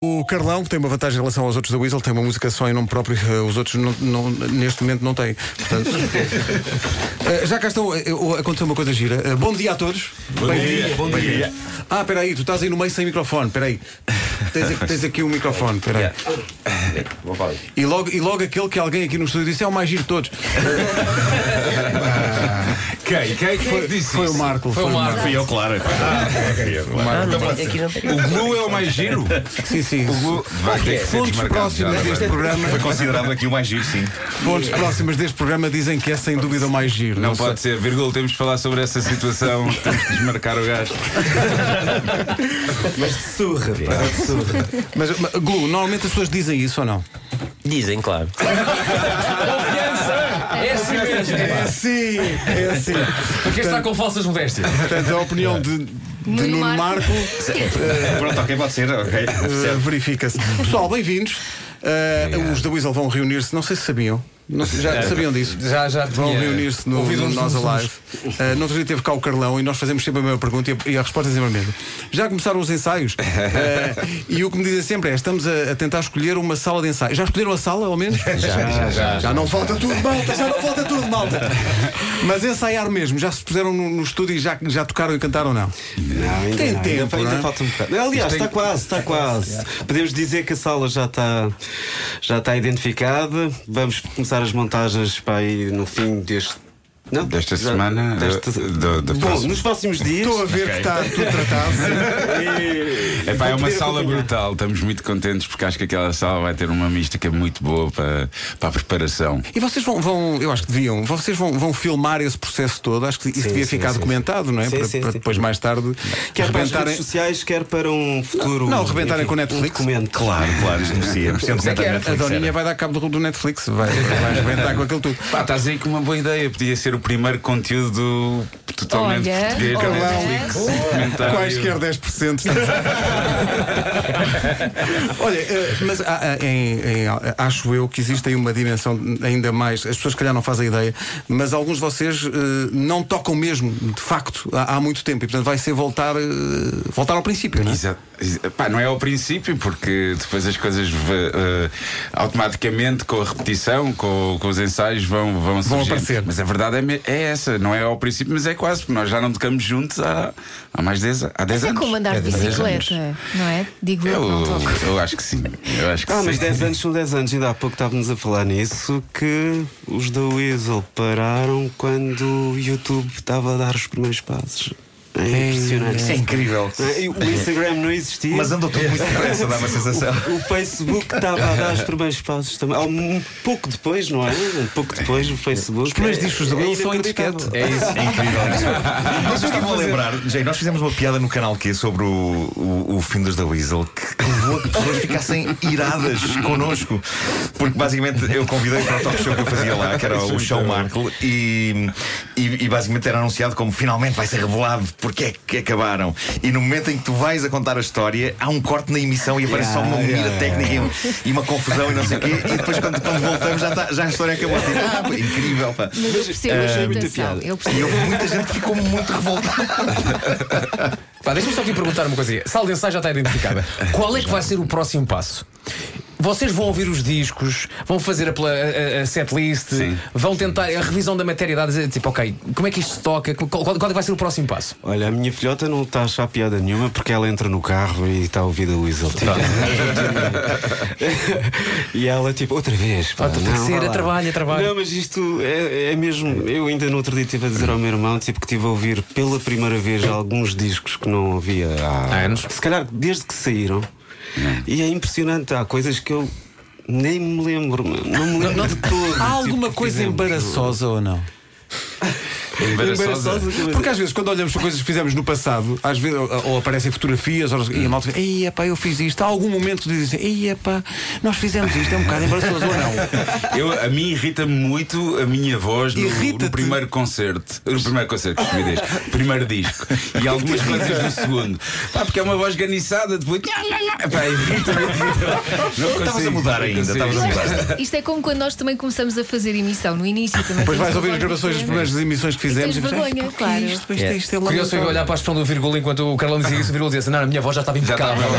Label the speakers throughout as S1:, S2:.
S1: O Carlão, que tem uma vantagem em relação aos outros da Weasel, tem uma música só em nome próprio, eh, os outros não- não- neste momento não têm. Portanto, eh, já cá estão, eh, oh, aconteceu uma coisa gira. Eh, bom dia a todos. Bom
S2: dia, bom dia.
S1: Ah, espera aí, tu estás aí no meio sem microfone, espera aí. Tens, aqui- tens aqui um microfone, espera aí. E logo, e logo aquele que alguém aqui no estúdio disse é o mais giro de todos.
S2: Quem? Quem foi Ah, que disse
S1: Foi o
S2: isso?
S1: Marco.
S3: Foi o Marco.
S4: Fui eu, claro.
S2: Ah, Então, O Glue é o mais giro?
S1: Sim, sim.
S2: é
S4: Vai ter que ser
S1: Fontes
S4: desmarcado já,
S1: próximas deste
S4: agora.
S1: programa.
S4: Foi considerado aqui o mais giro, sim.
S1: Fontes próximas deste programa dizem que é sem dúvida o mais giro.
S2: Não
S1: sei.
S2: pode ser, vírgula, temos de falar sobre essa situação, temos de desmarcar o gajo.
S1: Mas, mas, Glu, normalmente as pessoas dizem isso ou não?
S5: Dizem, claro.
S3: É assim mesmo.
S1: É sim, é sim.
S3: Porque está com falsas modéstias.
S1: Portanto, a opinião de, de
S6: Nuno
S1: Nuno Marco,
S6: Marco.
S4: Pronto, ok, pode ser. ok.
S1: eh, verifica-se. Pessoal, bem-vindos. Eh, os da Weasel vão reunir-se, não sei se sabiam. Não sei- já sabiam disso?
S3: Já, já
S1: Vão
S3: tinha
S1: reunir-se no,
S3: ouvido
S1: no
S3: uns
S1: Nós
S3: uns-
S1: Alive. Eh, no outro dia teve cá o Carlão e nós fazemos sempre a mesma pergunta e a, e a resposta é sempre a mesma. Já começaram os ensaios? Eh, e o que me dizem sempre é: estamos a, a tentar escolher uma sala de ensaio. Já escolheram a sala, ao menos? Já, já, já. não falta tudo, malta, já não falta tudo, malta. Mas ensaiar mesmo, já se puseram no, no estúdio e já, já tocaram e cantaram ou não?
S7: Ainda
S1: Tem
S7: não,
S1: tempo,
S7: Ainda, ainda
S1: não é?
S7: falta um bocado. Aliás, está quase, está quase. Podemos dizer que a sala já está, já está identificada. Vamos começar as montagens para aí no fim deste. Não?
S2: Desta semana,
S7: desta-
S2: da- da- da
S7: Bom,
S2: próxima.
S7: nos próximos dias.
S1: Estou a ver que está tudo tratado.
S2: É pá, é uma
S7: poder
S2: sala
S7: acompanhar.
S2: brutal, estamos muito contentes porque acho que aquela sala vai ter uma mística muito boa para, para a preparação.
S1: E vocês vão, vão- eu acho que deviam, vocês vão, vão filmar esse processo todo, acho que isso
S7: Sim,
S1: devia
S7: sim,
S1: ficar
S7: sim.
S1: documentado, não é?
S7: Sim,
S1: para,
S7: sim,
S1: para
S7: sim.
S1: depois mais tarde
S7: Quer para as redes
S1: arrebentarem.
S7: sociais, quer para um futuro.
S1: Não, arrebentarem
S7: enfim,
S1: com Netflix.
S7: Um documento.
S4: Claro, claro, isto merecia. merecia um
S7: é
S4: comentário
S1: A
S4: Netflix,
S1: Doninha
S4: era.
S1: vai dar cabo do, do Netflix, vai, vai arrebentar com aquilo tudo.
S2: Pá, estás aí com uma boa ideia, podia ser o primeiro conteúdo totalmente
S6: Olha,
S2: português da
S6: olha.
S2: Netflix. Comentário.
S1: Quaisquer 10%. estamos a- tá Olha, eh, mas há- há- em- em- acho eu que existe aí uma dimensão ainda mais. As pessoas, se calhar, não fazem ideia, mas alguns de vocês eh, não tocam mesmo, de facto, há, há muito tempo. E, portanto, vai ser voltar, eh, voltar ao princípio, não é?
S2: Exa- exa- pá, não é ao princípio, porque depois as coisas v- eh, automaticamente, com a repetição, com, com os ensaios, vão, vão, surgindo.
S1: aparecer.
S2: Mas a verdade é, me- é essa, não é ao princípio, mas é quase, porque nós já não tocamos juntos há, há mais de 10 a- há 10
S6: Mas é
S2: anos.
S6: como andar de
S2: Há 10
S6: bicicleta,
S2: anos.
S6: não é? Digo eu, que não toco.
S2: Eu, eu acho que sim. Eu acho que
S7: Ah,
S2: sim.
S7: mas 10 anos são 10 anos. Ainda há pouco estávamos a falar nisso que os da Weasel pararam quando o YouTube estava a dar os primeiros passos. É impressionante.
S4: Isso é incrível.
S7: É, e O Instagram não existia.
S4: Mas andou tudo muito depressa, dá uma sensação.
S7: O Facebook estava a dar os primeiros passos também. Há Um pouco depois, não é? Um pouco depois, o Facebook. Os
S1: primeiros discos da Weasel são em disquete.
S3: É isso.
S4: É incrível. Mas é eu estava a lembrar, Jay, nós fizemos uma piada no canal Q sobre o, o, o fim dos da Weasel que que levou a que pessoas ficassem iradas connosco. Porque basicamente eu convidei para o talk show que eu fazia lá, que era o show Markle, e, e, e basicamente era anunciado como finalmente vai ser revelado porque é que acabaram. E no momento em que tu vais a contar a história, há um corte na emissão e aparece só uma medida técnica e um- e uma confusão e não sei o quê. E depois quando, quando voltamos já, está- já a história acabou. Tipo, ah, pá, incrível, pá.
S6: Mas eu percebo a irritação. Eu
S4: E
S6: percebo.
S4: houve muita gente que ficou muito revoltada.
S3: Pá, deixa-me só aqui perguntar uma coisinha. Sala de ensaio já está identificada. Qual é que vai ser o próximo passo? Vocês vão ouvir os discos, vão fazer a, pla- a, a- a setlist, vão tentar a revisão da matéria, dá a dizer tipo, ok, como é que isto se toca? Qual, qual- qual é que vai ser o próximo passo?
S7: Olha, a minha filhota não está a achar piada nenhuma porque ela entra no carro e está a ouvir a Weasel. Tipo, e ela, tipo, outra vez. Pá,
S3: Ah, tem que ser,
S7: vá lá.
S3: é trabalho, é trabalho.
S7: Não, mas isto é, é mesmo. Eu ainda no outro dia estive a dizer ao meu irmão tipo, que estive a ouvir pela primeira vez alguns discos que não ouvia há,
S3: Há anos.
S7: Se calhar desde que saíram. E é impressionante, há coisas que eu nem me lembro, mano. não me lembro de todo.
S1: Há
S7: tipo,
S1: alguma
S7: que
S1: coisa
S7: fizemos.
S1: embaraçosa ou não?
S2: Embaraçosa.
S7: Embaraçosa, como é-
S1: Porque às vezes, quando olhamos para coisas que fizemos no passado, às vezes, ou, ou aparecem fotografias, ou, e a malta diz: Ei, epá, eu fiz isto. Há algum momento que dizem: assim, Ei, epá, nós fizemos isto. É um bocado embaraçoso ou não?
S2: Eu, a mim irrita-me muito a minha voz no,
S1: Irrita-te?
S2: no primeiro concerto. No primeiro concerto, que estupidez. Primeiro disco. E algumas coisas no segundo. Pá, porque é uma voz ganiçada, depois. Pá, irrita-me. Não
S4: Estavas
S2: consigo,
S4: a mudar
S2: não
S4: ainda,
S2: consigo.
S4: estavas a mudar.
S6: Isto, isto é como quando nós também começamos a fazer emissão. No início também.
S1: Depois
S6: temos
S1: vais
S6: uma
S1: ouvir as
S6: voz
S1: gravações das
S6: diferente.
S1: primeiras emissões que
S6: tens
S1: fizemos e pensas,
S6: vergonha,
S1: "Ah, que é
S6: claro."
S1: Isto, isto, isto é
S3: Curioso foi
S1: lamentável."
S3: olhar para a expressão do vírgula enquanto o Carlão dizia isso, o vírgula dizia assim, não, a minha voz já estava
S2: Já estava na
S3: impecável.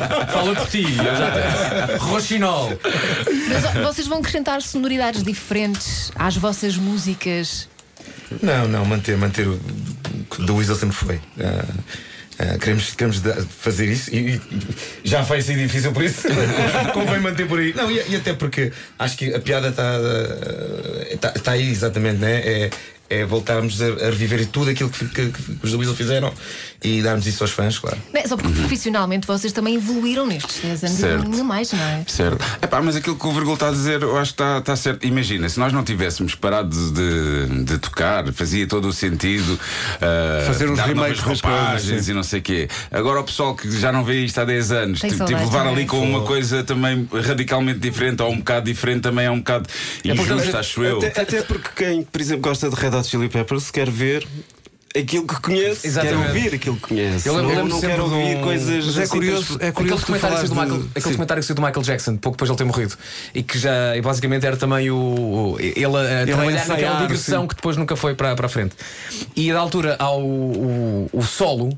S2: altura.
S3: fala por ti. Eu já- Roxinol.
S6: Mas ó, vocês vão acrescentar sonoridades diferentes às vossas músicas.
S5: Não, não, manter, manter o o do Weasel sempre foi. Ah, ah, queremos queremos da- fazer isso e, e- já vai ser difícil por isso. Convém manter por aí. Não, e, e até porque acho que a piada está tá, tá aí exatamente, né? É, é voltarmos a, a reviver tudo aquilo que, que- que os do Weasel fizeram e darmos isso aos fãs, claro.
S6: Não é? Só porque profissionalmente vocês também evoluíram nestes 10 anos
S2: Certo.
S6: ainda mais, não é?
S2: Certo. Epá, mas aquilo que o Virgul está a dizer, eu acho que está, está certo. Imagina, se nós não tivéssemos parado de, de- de tocar, fazia todo o sentido ah,
S1: Fazer uns
S2: dar
S1: remakes
S2: novas
S1: das coisas,
S2: roupagens
S1: sim.
S2: e não sei o quê. Agora o pessoal que já não vê isto há 10 anos,
S6: Tem
S2: tipo,
S6: saudades,
S2: levar
S6: não é?
S2: ali com uma coisa também radicalmente diferente ou um bocado diferente também é um bocado injusto, acho Tipo eu.
S7: Até, até porque quem, por exemplo, gosta de Red Hot Chili Peppers quer ver aquilo que conhece,
S3: Exatamente.
S7: quer ouvir aquilo que conhece.
S3: Eu lembro-
S7: não,
S3: lembro
S7: não
S3: sempre
S7: quer
S3: de
S7: ouvir
S3: um-
S7: coisas.
S1: Mas é
S7: assim,
S1: curioso, é
S3: Aquele
S1: curioso tu
S3: comentário, que
S1: falares
S3: saiu do
S1: de-
S3: Michael, aquele
S1: Sim.
S3: comentário que saiu do Michael Jackson, pouco depois de ele ter morrido, e que já e basicamente era também o, o- ele a
S1: Ele a
S3: trabalhar
S1: ensaiar,
S3: naquela digressão
S1: sim.
S3: que depois nunca foi para, para a frente. E da altura ao o, o solo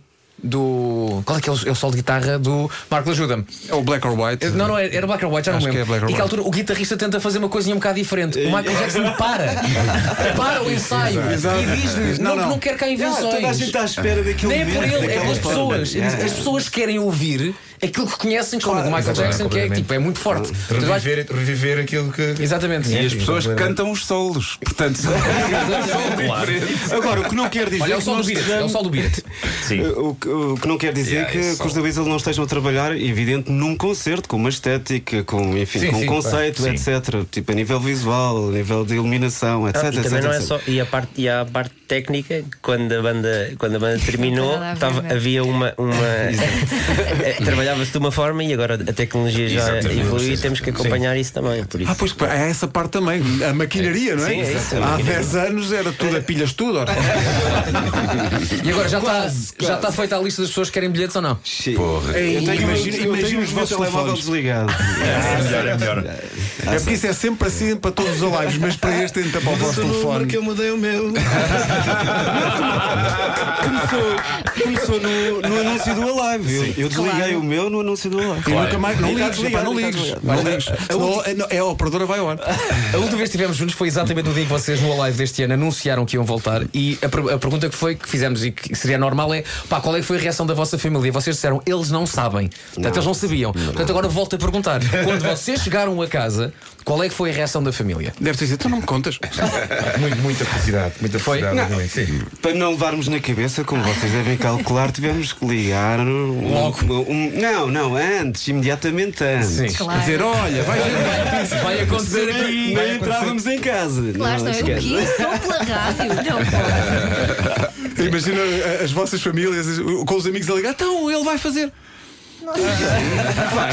S3: do. Qual é que é o, é o solo de guitarra do Marco Ajuda-me?
S1: É o Black or White.
S3: Não, não, era era Black or White, já não
S1: Acho
S3: me
S1: que
S3: lembro.
S1: é Black or
S3: e que à
S1: White.
S3: altura o guitarrista tenta fazer uma coisinha um bocado diferente. O Michael Jackson para, para o ensaio
S1: Exato.
S3: e diz-lhes:
S1: Não,
S3: não,
S1: não.
S3: não quero cá
S7: Ah,
S3: invenções.
S7: toda a gente está à espera daquilo
S3: Nem é
S7: momento,
S3: por ele, é
S7: daquela
S3: pelas
S7: forma.
S3: pessoas.
S7: Yeah.
S3: As pessoas querem ouvir aquilo que conhecem, como o Michael Jackson, que é, tipo, é muito forte. Tu vais-
S5: Reviver, reviver aquilo que.
S3: Exatamente.
S2: E as
S5: Sim,
S2: pessoas
S5: completamente.
S2: cantam os solos, portanto, são diferentes.
S7: Agora, o que não quer dizer
S3: Olha, é o
S7: que
S3: sol do
S7: nós
S3: bilhete, é o
S7: estejamos-
S3: sol do bilhete.
S4: Sim.
S7: O que, o que não quer dizer
S2: Yeah,
S7: que,
S2: é
S7: que os da Weasel não estejam a trabalhar, evidente, num concerto, com uma estética, com, enfim,
S5: Sim,
S7: com
S5: sim,
S7: um conceito,
S4: claro.
S7: etc. Tipo, a nível visual, a nível de iluminação, etc.
S8: Ah, e também
S7: etc,
S8: não é
S7: etc.
S8: só e a parte e a parte técnica quando a banda quando a banda terminou
S6: tem nada a ver,
S8: tava-
S6: não é?
S8: havia uma uma eh, trabalhava-se de uma forma e agora a tecnologia já
S2: Exatamente,
S8: evoluiu e
S2: sim,
S8: temos que acompanhar isso também por isso
S1: Ah, pois há essa parte também, a maquinaria, não é?
S8: Sim, é isso, a
S1: Há
S8: maquinaria.
S1: 10 anos era tudo a pilhas tudo. ora.
S3: E agora já está já tá- está feita a lista das pessoas que querem bilhetes ou não?
S2: Porra.
S7: Eu tenho,
S1: Imagina-
S7: eu
S1: imagina
S7: tenho
S1: os
S7: o meu
S1: vossos
S7: telemóvel
S1: telefones.
S7: desligado.
S4: É melhor, é melhor.
S1: É porque isso é sempre assim para todos os lives, mas para este entra para o vosso telefone.
S5: eu mudei o meu.
S7: Começou, começou no, no anúncio do Alive. Eu, eu desliguei o meu no anúncio do Alive.
S1: E nunca mais, não
S7: E está
S1: ligues, epá,
S7: desligado,
S1: não
S7: está
S1: ligues.
S7: desligado.
S1: Não ligues. Senão, é, não, é a operadora vai ao ar.
S3: A última vez que estivemos juntos foi exatamente no dia em que vocês no live deste ano anunciaram que iam voltar e a, per- a pergunta que foi que fizemos e que seria normal é pá, qual é que foi a reação da vossa família? Vocês disseram, eles não sabem. Portanto, eles não sabiam. Portanto, agora volto a perguntar. Quando vocês chegaram a casa, qual é que foi a reação da família?
S1: Deve ter sido, tu não me contas.
S5: Muito, muita felicidade, muita
S3: Foi?
S5: felicidade. realmente, Sim.
S7: Para não levarmos na cabeça, como vocês devem calcular, tivemos que ligar um-
S3: Logo.
S7: um- não, não, antes, imediatamente antes.
S1: Quer
S6: Claro.
S1: dizer, olha, vai ver.
S3: Vai acontecer aqui.
S7: Nem entrávamos em casa.
S6: Claro, não, é? O
S7: esquece.
S6: quê? Só pela rádio? Não, pode.
S1: Imagina eh, as vossas famílias eh, com os amigos a ligar, então ele vai fazer.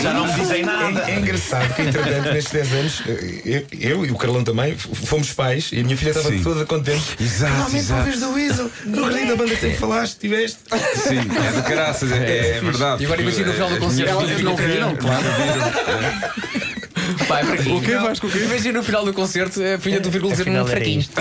S4: Já não me dizem nada.
S5: É, é engraçado que, entretanto, nestes 10 anos, eu, eu e o Carlão também f- fomos pais e a minha filha estava
S2: Sim.
S5: toda contente.
S2: Exato,
S5: Finalmente
S2: exato.
S5: talvez do ISO, no reino da banda que sempre falaste, tiveste.
S2: Sim, é de caraças, é, é verdade.
S3: E agora imagina no final do
S2: As
S3: concerto,
S2: minhas
S3: eles
S2: filhas
S3: não
S2: nunca-
S3: viram, claro. Pá, é fraquinho.
S1: O quê? Vasco, o quê?
S3: Imagina no final do concerto a filha do vírgula dizer um
S8: Afinal era
S3: fraquinho.
S8: isto.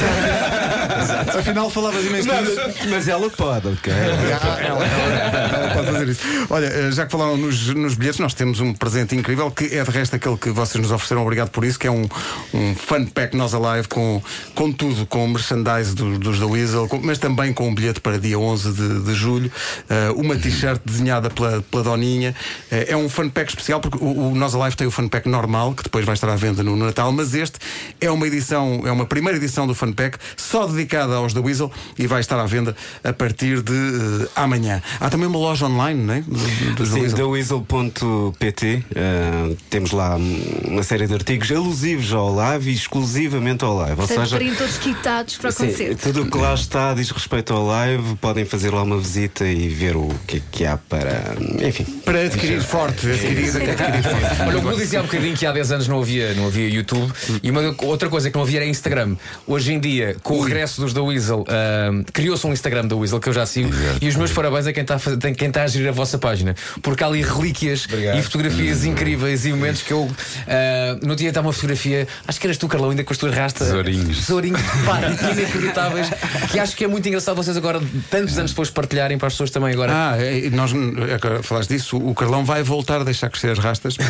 S1: Afinal falavas imenso disso.
S7: Mas ela pode, ok?
S1: Ela pode fazer isso. Olha, eh, já que falaram nos, nos bilhetes, nós temos um presente incrível que é de resto aquele que vocês nos ofereceram. Obrigado por isso, que é um, um fun pack Nós Alive com, com tudo, com o merchandise do- dos da Weasel, com- mas também com um bilhete para dia 11 de, de julho, eh, uma t-shirt desenhada pela, pela Doninha. Eh, é um fun pack especial, porque o, o Nós Alive tem o fun pack normal, que depois vai estar à venda no, no Natal, mas este é uma edição, é uma primeira edição do fun pack, só dedicada aos da Weasel e vai estar à venda a partir de eh, amanhã. Há também uma loja online, não é? Do- do- Dos da
S7: Sim,
S1: Weasel.
S7: theweasel.pt eh, Temos lá uma série de artigos alusivos ao live e exclusivamente ao live. Ou
S6: Portanto,
S7: seja,
S6: estarem todos quitados para o
S7: sim,
S6: concerto.
S7: tudo o que lá está diz respeito ao live, podem fazer lá uma visita e ver o que é que há para. Enfim.
S1: Para adquirir forte, adquirir, adquirir forte.
S3: Olha, o Bruno dizia há bocadinho que há 10 10 anos não havia, não havia YouTube e uma outra coisa que não havia era Instagram. Hoje em dia, com o regresso dos da Weasel, ahm, criou-se um Instagram da Weasel que eu já sigo e os meus parabéns a quem está a, fazer- tem- quem está a gerir a vossa página, porque há ali relíquias e fotografias incríveis e momentos que eu. ah, no dia está uma fotografia, acho que eras tu, Carlão, ainda com as tuas rastas.
S2: Tesourinhos.
S3: Tesourinhos, pá, inacreditáveis, que acho que é muito engraçado vocês agora, tantos anos depois, partilharem para as pessoas também agora.
S1: Ah, é, nós é que falaste disso. O Carlão vai voltar a deixar crescer as rastas para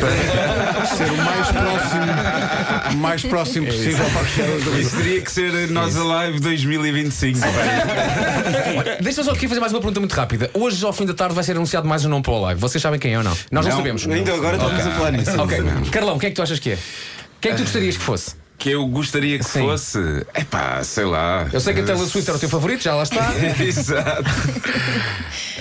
S1: ser o mais próximo, mais próximo possível para crescer os dois.
S2: Isso teria que ser Nós Alive 2025.
S3: Deixa-me só aqui fazer mais uma pergunta muito rápida. Hoje, ao fim da tarde, vai ser anunciado mais um nome para o live. Vocês sabem quem é ou não? Nós não, sabemos.
S7: Ainda agora estamos a falar nisso.
S3: Ok. Carlão, o que é que tu achas que é? Quem é que tu gostarias que fosse?
S2: Que eu gostaria que
S3: Sim.
S2: fosse. Epá, sei lá.
S3: Eu sei que a Taylor Swift era o teu favorito, já lá está.
S2: Exato.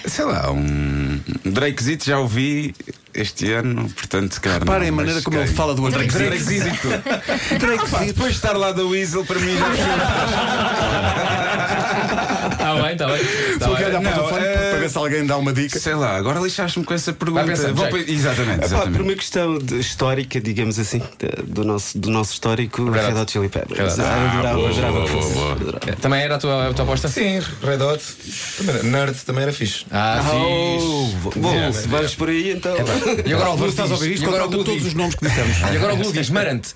S2: Sei lá, um. Drakezito já ouvi este ano, portanto, se calhar.
S1: Reparem a
S2: não, mas
S1: maneira como
S2: quem-
S1: ele fala do André Cristina.
S2: Drakezito. Pá, Depois de estar lá da Weasel, para mim já
S3: Está bem, está bem.
S1: Só
S3: Tá bem.
S1: quero olhar para o
S2: Não,
S1: telefone para
S2: eh,
S1: para ver se alguém dá uma dica.
S2: Sei lá, agora lixaste-me com essa pergunta.
S3: pensando,
S2: Vou
S3: Jake.
S2: pe- Exatamente,
S7: Epá, por
S2: exatamente.
S7: uma questão de- histórica, digamos assim, de- do nosso, do nosso histórico,
S3: Verdade.
S7: Red Hot Chili Peppers.
S3: Verdade.
S7: Ah, eu adorava,
S2: boa,
S7: adorava
S2: boa,
S7: que fosse.
S2: boa,
S7: Adorava.
S3: Também era a tua, a tua aposta?
S5: Sim, Red Hot. Também era- Nerd também era fixe.
S3: Ah, fixe.
S7: oh, Bom, se vais por aí, então.
S3: E agora o
S1: Álvaro,
S3: Blue
S1: estás a ouvir
S3: diz.
S1: isto?
S3: E agora o
S1: Contrata
S3: Blue
S1: todos
S3: diz.
S1: os nomes que dissemos.
S3: E agora o Blue diz. Marante.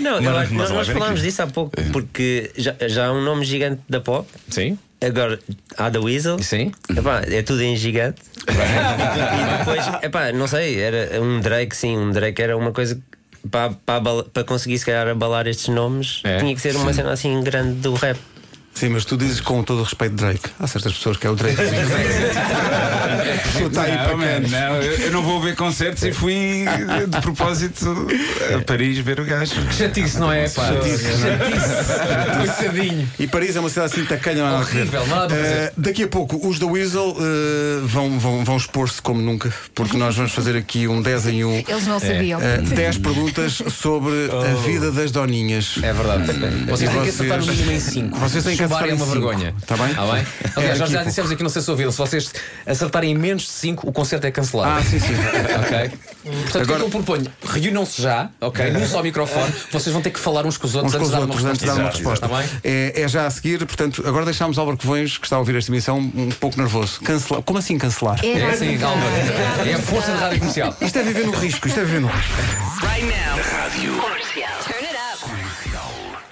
S8: Não, eu acho-
S4: mas
S8: nós,
S4: olha,
S8: nós
S4: vem
S8: falámos
S4: aqui.
S8: disso há pouco, porque já, já há um nome gigante da pop.
S3: Sim.
S8: Agora há da Weasel.
S3: Sim.
S8: Epá, é tudo em gigante. e depois, epá, não sei, era um Drake, sim, um Drake era uma coisa que, para, para, abala- para conseguir se calhar abalar estes nomes,
S3: É,
S8: tinha que ser uma cena assim grande do rap.
S1: Sim, mas tu dizes com todo o respeito Drake. Há certas pessoas que é o Drake. Está tá aí para
S2: Não, man,
S1: canos.
S2: não, eu eu não vou ver concertos e fui eh, de propósito a Paris ver o gajo.
S3: Que Chatice, não é? Pá? Chatice. Coitadinho.
S1: E Paris é uma cidade assim tacanha, não há nada a ver.
S3: Horrível, nada a fazer.
S1: Eh, daqui a pouco, os da Weasel eh, vão, vão, vão expor-se como nunca, porque nós vamos fazer aqui um 10 em 1.
S6: Eles não sabiam.
S1: 10 perguntas sobre a vida das doninhas.
S3: Oh. É verdade. Vocês têm
S1: Hum.
S3: que
S1: Vocês-
S3: acertar no mínimo em 5.
S1: Vocês têm que acertar
S3: é
S1: em
S3: uma
S1: cinco.
S3: vergonha.
S1: Tá bem?
S3: Tá bem?
S1: É
S3: Aliás, nós
S1: aqui
S3: já
S1: pouco.
S3: dissemos aqui, não sei se ouviram, se vocês acertarem em menos de 5, o concerto é cancelado.
S1: Ah, Hum. sim, sim.
S3: Ok? Portanto, o que é que eu proponho? Reúnam-se já, ok? Num só microfone, vocês vão ter que falar uns com os outros
S1: É. Uns com os
S3: antes de dar
S1: outros,
S3: uma
S1: antes de
S3: resposta.
S1: dar uma resposta.
S3: Está bem?
S1: É, é já a seguir, portanto, agora deixámos Álvaro Covões, que está a ouvir esta emissão, um pouco nervoso. Cancelar. Como assim cancelar?
S6: É
S3: É
S6: rádio
S3: assim, calma.
S6: comercial.
S3: É a força da rádio comercial.
S1: Isto é viver no risco, isto é viver no risco.
S9: Right now. Rádio. Comercial. Turn it